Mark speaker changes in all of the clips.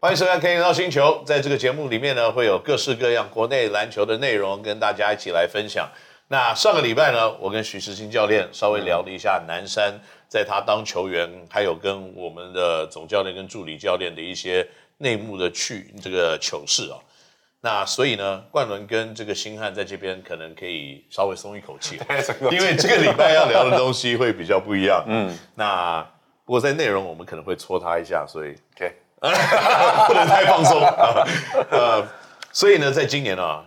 Speaker 1: 欢迎收看《可以到星球》。在这个节目里面呢，会有各式各样国内篮球的内容跟大家一起来分享。那上个礼拜呢，我跟徐世新教练稍微聊了一下南山在他当球员，还有跟我们的总教练跟助理教练的一些内幕的趣这个糗事啊、那所以呢，冠伦跟这个星汉在这边可能可以稍微松一口气了，因为这个礼拜要聊的东西会比较不一样。嗯，那不过在内容我们可能会戳他一下，所以
Speaker 2: OK，
Speaker 1: 不能太放松。啊呃，所以呢，在今年啊，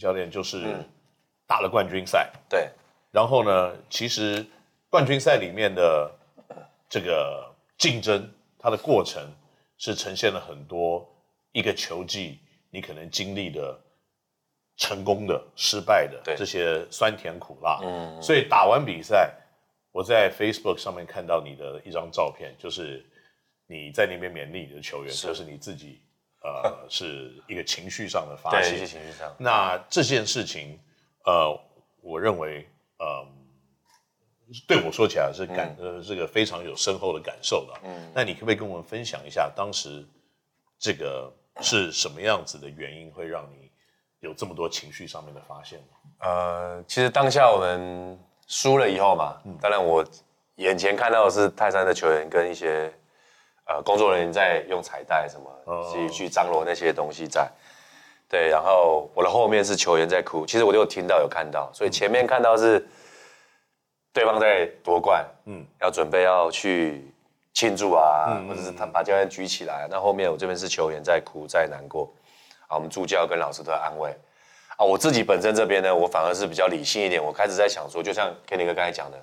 Speaker 1: 教练就是打了冠军赛，
Speaker 2: 对，
Speaker 1: 然后呢，其实冠军赛里面的这个竞争，它的过程是呈现了很多一个球季你可能经历的成功的、失败的
Speaker 2: 对
Speaker 1: 这些酸甜苦辣。嗯，所以打完比赛，我在 Facebook 上面看到你的一张照片，就是你在那边勉励你的球员，这是你自己呃是一个情绪上的发
Speaker 2: 对，一
Speaker 1: 泄
Speaker 2: 些。情绪上，
Speaker 1: 那这件事情，呃，我认为，呃，对我说起来是感、
Speaker 2: 嗯
Speaker 1: 呃这个非常有深厚的感受的。嗯，那你可不可以跟我们分享一下当时这个是什么样子的原因，会让你有这么多情绪上面的发现呢？
Speaker 2: 呃，其实当下我们输了以后嘛，当然我眼前看到的是泰山的球员跟一些呃工作人员在用彩带什么去去张罗那些东西在，对，然后我的后面是球员在哭，其实我都有听到有看到，所以前面看到是对方在夺冠，嗯，要准备要去庆祝啊，或者是他把教练举起来，那后面我这边是球员在哭在难过，啊，我们助教跟老师都在安慰。啊，我自己本身这边呢，我反而是比较理性一点，我开始在想说，就像 Kenny 哥刚才讲的，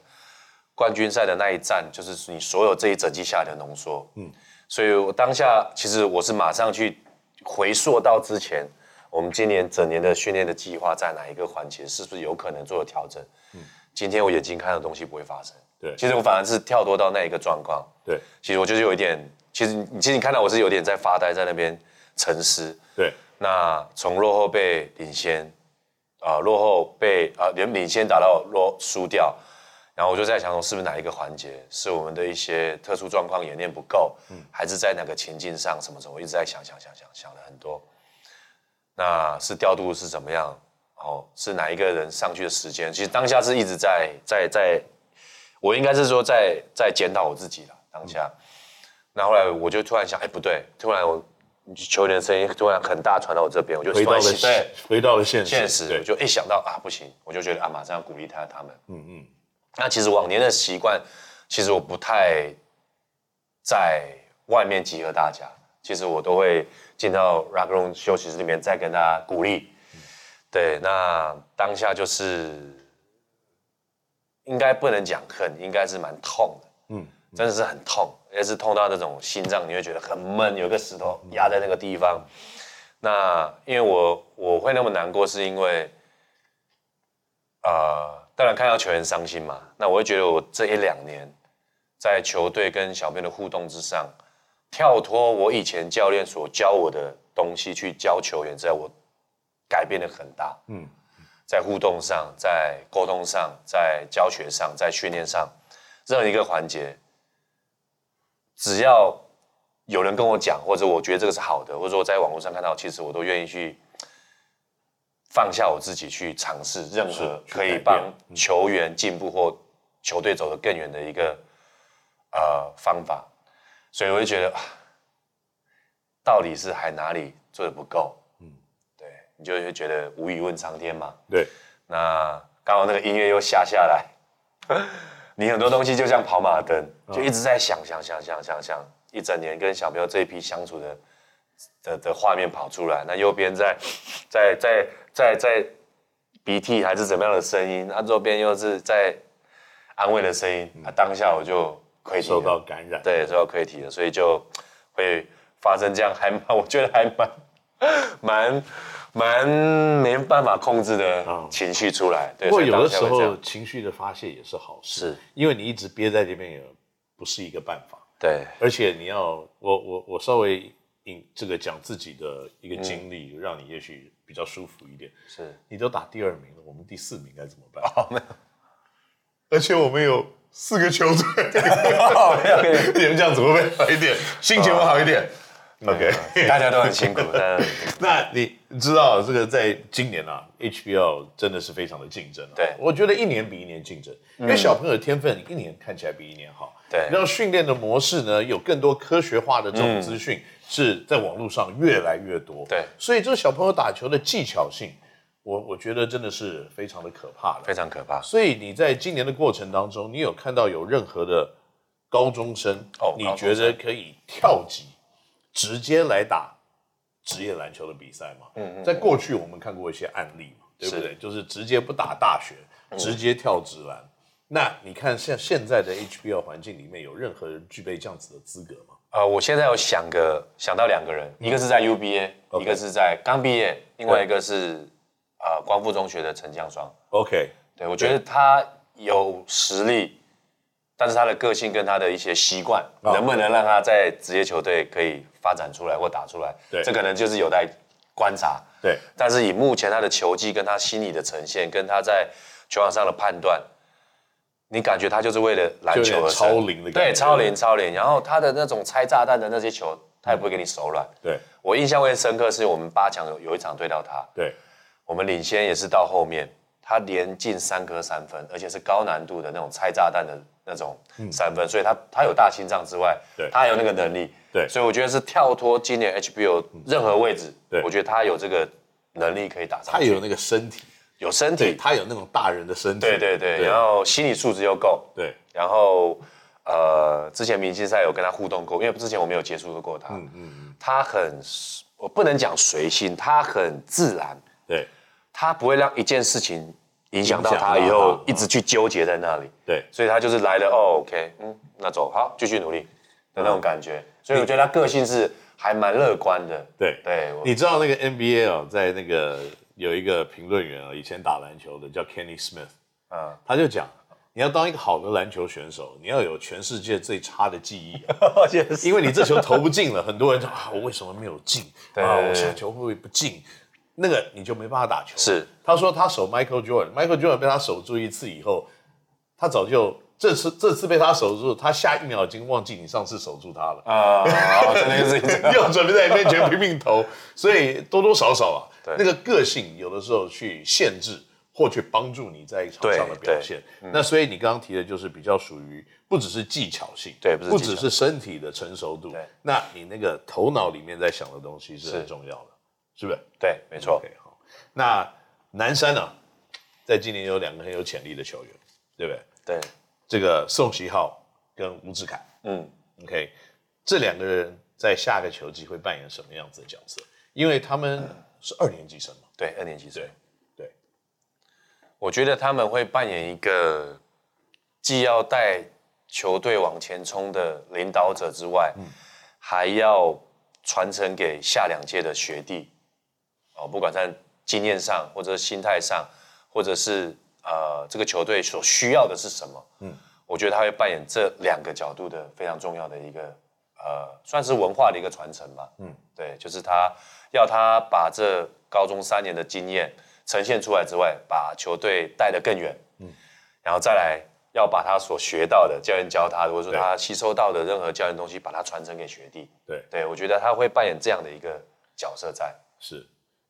Speaker 2: 冠军赛的那一战，就是你所有这一整季下来的浓缩。嗯，所以我当下其实我是马上去回溯到之前，我们今年整年的训练的计划在哪一个环节，是不是有可能做调整？嗯，今天我眼睛看到的东西不会发生。
Speaker 1: 对
Speaker 2: 其实我反而是跳脱到那一个状况。
Speaker 1: 对
Speaker 2: 其实我就是有一点，其实你其实你看到我是有点在发呆，在那边沉思。
Speaker 1: 对
Speaker 2: 那从落后被领先，啊、落后被啊领、领先打到落输掉，然后我就在想说，是不是哪一个环节是我们的一些特殊状况演练不够，
Speaker 1: 嗯
Speaker 2: 还是在哪个情境上什么什么，我一直在想想想想想了很多。那是调度是怎么样？哦，是哪一个人上去的时间？其实当下是一直在在在，我应该是说在在检讨我自己了。当下，
Speaker 1: 嗯
Speaker 2: 那后来我就突然想，哎、不对，突然我球员的声音突然很大传到我这边，我就
Speaker 1: 回
Speaker 2: 突
Speaker 1: 到
Speaker 2: 然
Speaker 1: 了
Speaker 2: 想对
Speaker 1: 现回到了现实，
Speaker 2: 现实，我
Speaker 1: 对
Speaker 2: 就一想到啊不行，我就觉得啊马上要鼓励他他们。嗯嗯。那其实往年的习惯，其实我不太在外面集合大家，其实我都会进到 rock room 休息室里面再跟大家鼓励。
Speaker 1: 嗯
Speaker 2: 对，那当下就是应该不能讲恨，应该是蛮痛的。
Speaker 1: 嗯
Speaker 2: 真的是很痛，也是痛到那种心脏你会觉得很闷，有一个石头压在那个地方。那因为我我会那么难过，是因为，呃，当然看到球员伤心嘛，那我会觉得我这一两年在球队跟小编的互动之上，跳脱我以前教练所教我的东西去教球员，在我改变的很大。嗯，在互动上，在沟通上，在教学上，在训练上，任何一个环节，只要有人跟我讲，或者我觉得这个是好的，或者说我在网络上看到，其实我都愿意去放下我自己，去尝试任何
Speaker 1: 是去
Speaker 2: 可以
Speaker 1: 改变嗯
Speaker 2: 帮球员进步或球队走得更远的一个呃方法。所以我就觉得，啊到底是还哪里做的不够？嗯，对，你就会觉得无语问苍天嘛。
Speaker 1: 对
Speaker 2: 那刚好那个音乐又下下来，你很多东西就像跑马灯，就一直在想想想想想想，一整年跟小朋友这一批相处的的的画面跑出来，那右边在在在在在鼻涕还是怎么样的声音，那左边又是在安慰的声音，那、当下我就亏底了
Speaker 1: 受到感染，
Speaker 2: 对，受到亏体了，所以就会发生这样，还蛮， 我觉得还蛮蛮蛮没办法控制的
Speaker 1: 嗯
Speaker 2: 情绪出来。对，
Speaker 1: 不过
Speaker 2: 所以
Speaker 1: 有的
Speaker 2: 当下
Speaker 1: 时
Speaker 2: 会这
Speaker 1: 候
Speaker 2: 样，
Speaker 1: 情绪的发泄也是好事，
Speaker 2: 是
Speaker 1: 因为你一直憋在这边也不是一个办法。
Speaker 2: 对
Speaker 1: 而且你要，我我我稍微引这个讲自己的一个经历，让你也许比较舒服一点。
Speaker 2: 是
Speaker 1: 你都打第二名了，我们第四名该怎么办？哦，没有。 而且我们有 四个球队，你们这样子会不会好一点？心情会好一点？ OK，
Speaker 2: 大家都很辛苦，但
Speaker 1: 那你知道这个在今年啊，HBO 真的是非常的竞争、啊。
Speaker 2: 对嗯
Speaker 1: 我觉得一年比一年竞争，因为小朋友的天分一年看起来比一年好。
Speaker 2: 对
Speaker 1: 让训练的模式呢有更多科学化的这种资讯是在网络上越来越多。
Speaker 2: 嗯对
Speaker 1: 所以这个小朋友打球的技巧性，我我觉得真的是非常的可怕的
Speaker 2: 非。常可怕。
Speaker 1: 所以你在今年的过程当中，你有看到有任何的高中生，
Speaker 2: 哦
Speaker 1: 你
Speaker 2: 高中
Speaker 1: 觉
Speaker 2: 生
Speaker 1: 得可以跳级直接来打职业篮球的比赛吗？嗯嗯。在过去我们看过一些案例嘛，对不对？就是嗯直接不打大学，直接跳职篮。那你看像现在的 HBL 环境里面，有任何人具备这样子的资格吗？
Speaker 2: 呃，我现在有想个想到两个人，一个是在 UBA，、一个是在刚毕业，另外一个是呃光复中学的陈江双。
Speaker 1: ？OK，
Speaker 2: 对我觉得他有实力，但是他的个性跟他的一些习惯，
Speaker 1: 哦
Speaker 2: 能不能让他在职业球队可以发展出来或打出来，
Speaker 1: 对
Speaker 2: 这可能就是有待观察。
Speaker 1: 对，
Speaker 2: 但是以目前他的球技、跟他心理的呈现、跟他在球场上的判断，你感觉他就是为了篮
Speaker 1: 就有
Speaker 2: 球
Speaker 1: 点
Speaker 2: 而生
Speaker 1: 超龄的感觉
Speaker 2: 对，超龄超龄。然后他的那种拆炸弹的那些球，他也不会给你手软。
Speaker 1: 对，
Speaker 2: 我印象会深刻，是我们八强有有一场对到他，
Speaker 1: 对，
Speaker 2: 我们领先也是到后面，他连进三颗三分，而且是高难度的那种拆炸弹的那种三分，所以他他有大心脏之外，
Speaker 1: 嗯对
Speaker 2: 他还有那个能力，
Speaker 1: 对嗯
Speaker 2: 所以我觉得是跳脱今年 HBO 任何位置，
Speaker 1: 对
Speaker 2: 我觉得他有这个能力可以打上
Speaker 1: 他
Speaker 2: 去，
Speaker 1: 有那个身体，
Speaker 2: 有身
Speaker 1: 对
Speaker 2: 体，
Speaker 1: 他有那种大人的身体。
Speaker 2: 对对对，然后心理素质又够，
Speaker 1: 对
Speaker 2: 然后呃，之前明星赛有跟他互动过，因为之前我没有接触过
Speaker 1: 嗯
Speaker 2: 他，他很我不能讲随性，他很自然。
Speaker 1: 对
Speaker 2: 他不会让一件事情影响到他
Speaker 1: 影响到他
Speaker 2: 以
Speaker 1: 嗯
Speaker 2: 后一直去纠结在那里，
Speaker 1: 对，
Speaker 2: 所以他就是来了哦，OK，嗯，那走，好，继续努力的那种感觉。所以我觉得他个性是还蛮乐观的，
Speaker 1: 对
Speaker 2: 嗯对，我
Speaker 1: 你知道那个 NBA 哦，在那个有一个评论员啊、哦，以前打篮球的叫 Kenny Smith，
Speaker 2: 嗯，
Speaker 1: 他就讲，你要当一个好的篮球选手，你要有全世界最差的记忆、 啊，因为你这球投不进了，很多人说啊，我为什么没有进？
Speaker 2: 对
Speaker 1: 啊，我下球会不会不进？那个你就没办法打球。
Speaker 2: 是，
Speaker 1: 他说他守 Michael Jordan，Michael Jordan 被他守住一次以后，他早就这次这次被他守住，他下一秒已经忘记你上次守住他了。
Speaker 2: 啊，好真的就是这 样，
Speaker 1: 又准备在面前拼命投，所以多多少少啊
Speaker 2: 对，
Speaker 1: 那个个性有的时候去限制或去帮助你在场上的表现。
Speaker 2: 嗯
Speaker 1: 那所以你刚刚提的就是比较属于不只是技巧性，
Speaker 2: 对不
Speaker 1: 不
Speaker 2: 是技巧
Speaker 1: 只是身体的成熟度
Speaker 2: 对，
Speaker 1: 那你那个头脑里面在想的东西是很
Speaker 2: 是
Speaker 1: 重要的，是不是？
Speaker 2: 对，没错
Speaker 1: OK，，好。那南山呢、啊，在今年有两个很有潜力的球员，对不对？
Speaker 2: 对，
Speaker 1: 这个宋其浩跟吴志凯。
Speaker 2: 嗯，
Speaker 1: OK，这两个人在下个球季会扮演什么样子的角色？因为他们是二年级生嘛，
Speaker 2: 对，二年级生，
Speaker 1: 对对，
Speaker 2: 我觉得他们会扮演一个既要带球队往前冲的领导者之外，还要传承给下两届的学弟，哦，不管在经验上，或者心态上，或者是呃这个球队所需要的是什么，嗯，我觉得他会扮演这两个角度的非常重要的一个呃，算是文化的一个传承吧，嗯，对，就是他要他把这高中三年的经验呈现出来之外，把球队带得更远，嗯，然后再来。要把他所学到的教练教他的，或者说
Speaker 1: 对
Speaker 2: 他吸收到的任何教练东西，把它传承给学弟。
Speaker 1: 对
Speaker 2: 对，我觉得他会扮演这样的一个角色在。
Speaker 1: 是。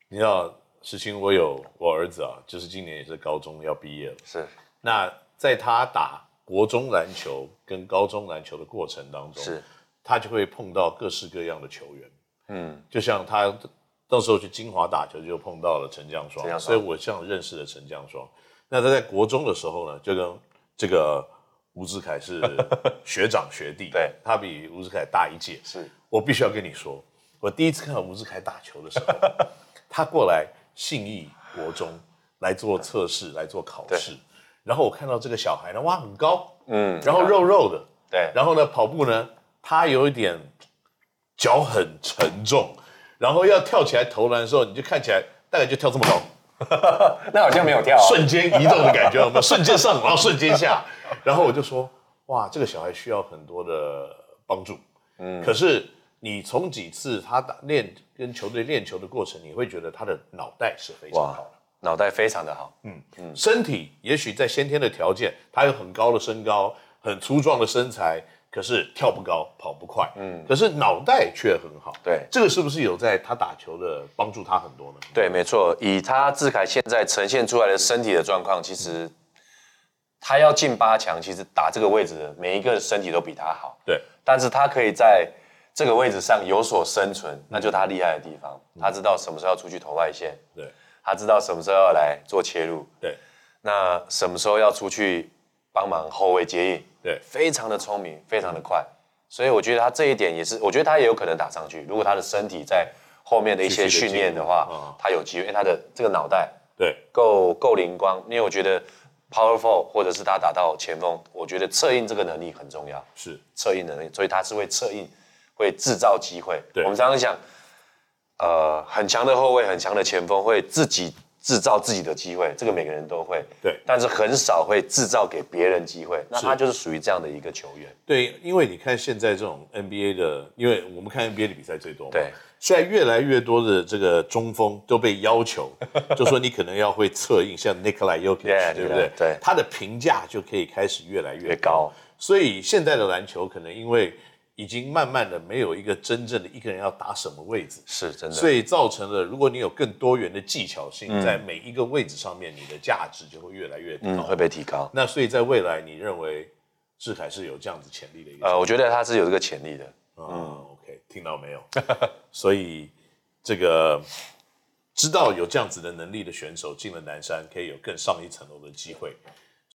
Speaker 1: 你知道，石青，我有我儿子啊，就是今年也是高中要毕业了。
Speaker 2: 是
Speaker 1: 那在他打国中篮球跟高中篮球的过程当中，
Speaker 2: 是，
Speaker 1: 他就会碰到各式各样的球员。
Speaker 2: 嗯，
Speaker 1: 就像他到时候去金华打球就碰到了陈江
Speaker 2: 陈
Speaker 1: 双，
Speaker 2: 江双
Speaker 1: 所以我像认识了陈江双。那他在国中的时候呢，就跟这个吴志凯是学长学弟，
Speaker 2: 对
Speaker 1: 他比吴志凯大一届。
Speaker 2: 是
Speaker 1: 我必须要跟你说，我第一次看到吴志凯打球的时候，他过来信义国中来做测试，来做考试。然后我看到这个小孩呢，哇，很高，
Speaker 2: 嗯，
Speaker 1: 然后肉肉的，
Speaker 2: 对，
Speaker 1: 然后呢，跑步呢，他有一点脚很沉重，然后要跳起来投篮的时候，你就看起来大概就跳这么高，
Speaker 2: 那好像没有跳、啊，
Speaker 1: 瞬间移动的感觉，我们瞬间上，然后瞬间下，然后我就说，哇，这个小孩需要很多的帮助。嗯，可是你从几次他打练跟球队练球的过程，你会觉得他的脑袋是非常好的。
Speaker 2: 脑袋非常的好，嗯，
Speaker 1: 身体也许在先天的条件，他有很高的身高、很粗壮的身材，可是跳不高，跑不快，嗯，可是脑袋却很好。
Speaker 2: 对
Speaker 1: 这个是不是有在他打球的帮助他很多呢？
Speaker 2: 对，没错。以他志凯现在呈现出来的身体的状况，其实他要进八强，其实打这个位置的每一个身体都比他好。
Speaker 1: 对，
Speaker 2: 但是他可以在这个位置上有所生存，那就他厉害的地方。他知道什么时候要出去投外线，
Speaker 1: 嗯对，
Speaker 2: 他知道什么时候要来做切入，
Speaker 1: 对，
Speaker 2: 那什么时候要出去帮忙后卫接应，
Speaker 1: 对
Speaker 2: 非常的聪明，非常的快。所以我觉得他这一点也是，我觉得他也有可能打上去。如果他的身体在后面的一些
Speaker 1: 继续的
Speaker 2: 训练
Speaker 1: 进步
Speaker 2: 的话，
Speaker 1: 嗯
Speaker 2: 他有机会，因为他的这个脑袋
Speaker 1: 对，
Speaker 2: 够够灵光。因为我觉得 powerful 或者是他打到前锋，我觉得策应这个能力很重要。
Speaker 1: 是
Speaker 2: 策应能力，所以他是会策应，会制造机会。
Speaker 1: 对
Speaker 2: 我们常常讲，呃，很强的后卫，很强的前锋会自己制造自己的机会，这个每个人都会。
Speaker 1: 对
Speaker 2: 但是很少会制造给别人机会，那他就是属于这样的一个球员。
Speaker 1: 对，因为你看现在这种 NBA 的，因为我们看 NBA 的比赛最多嘛，
Speaker 2: 对，
Speaker 1: 虽然越来越多的这个中锋都被要求，就说你可能要会侧应，像 Nikola y o k i c
Speaker 2: Yeah，
Speaker 1: 对不对
Speaker 2: yeah，？对
Speaker 1: 他的评价就可以开始越来越
Speaker 2: 越高
Speaker 1: 所以现在的篮球可能因为已经慢慢的没有一个真正的一个人要打什么位置，
Speaker 2: 是真的，
Speaker 1: 所以造成了，如果你有更多元的技巧性，在每一个位置上面，你的价值就会越来越高。
Speaker 2: 嗯，会被提高。
Speaker 1: 那所以在未来，你认为志凯是有这样子潜力的一个？
Speaker 2: 呃，我觉得他是有这个潜力的。
Speaker 1: 嗯，OK，听到没有？ 所以这个知道有这样子的能力的选手进了南山，可以有更上一层楼的机会。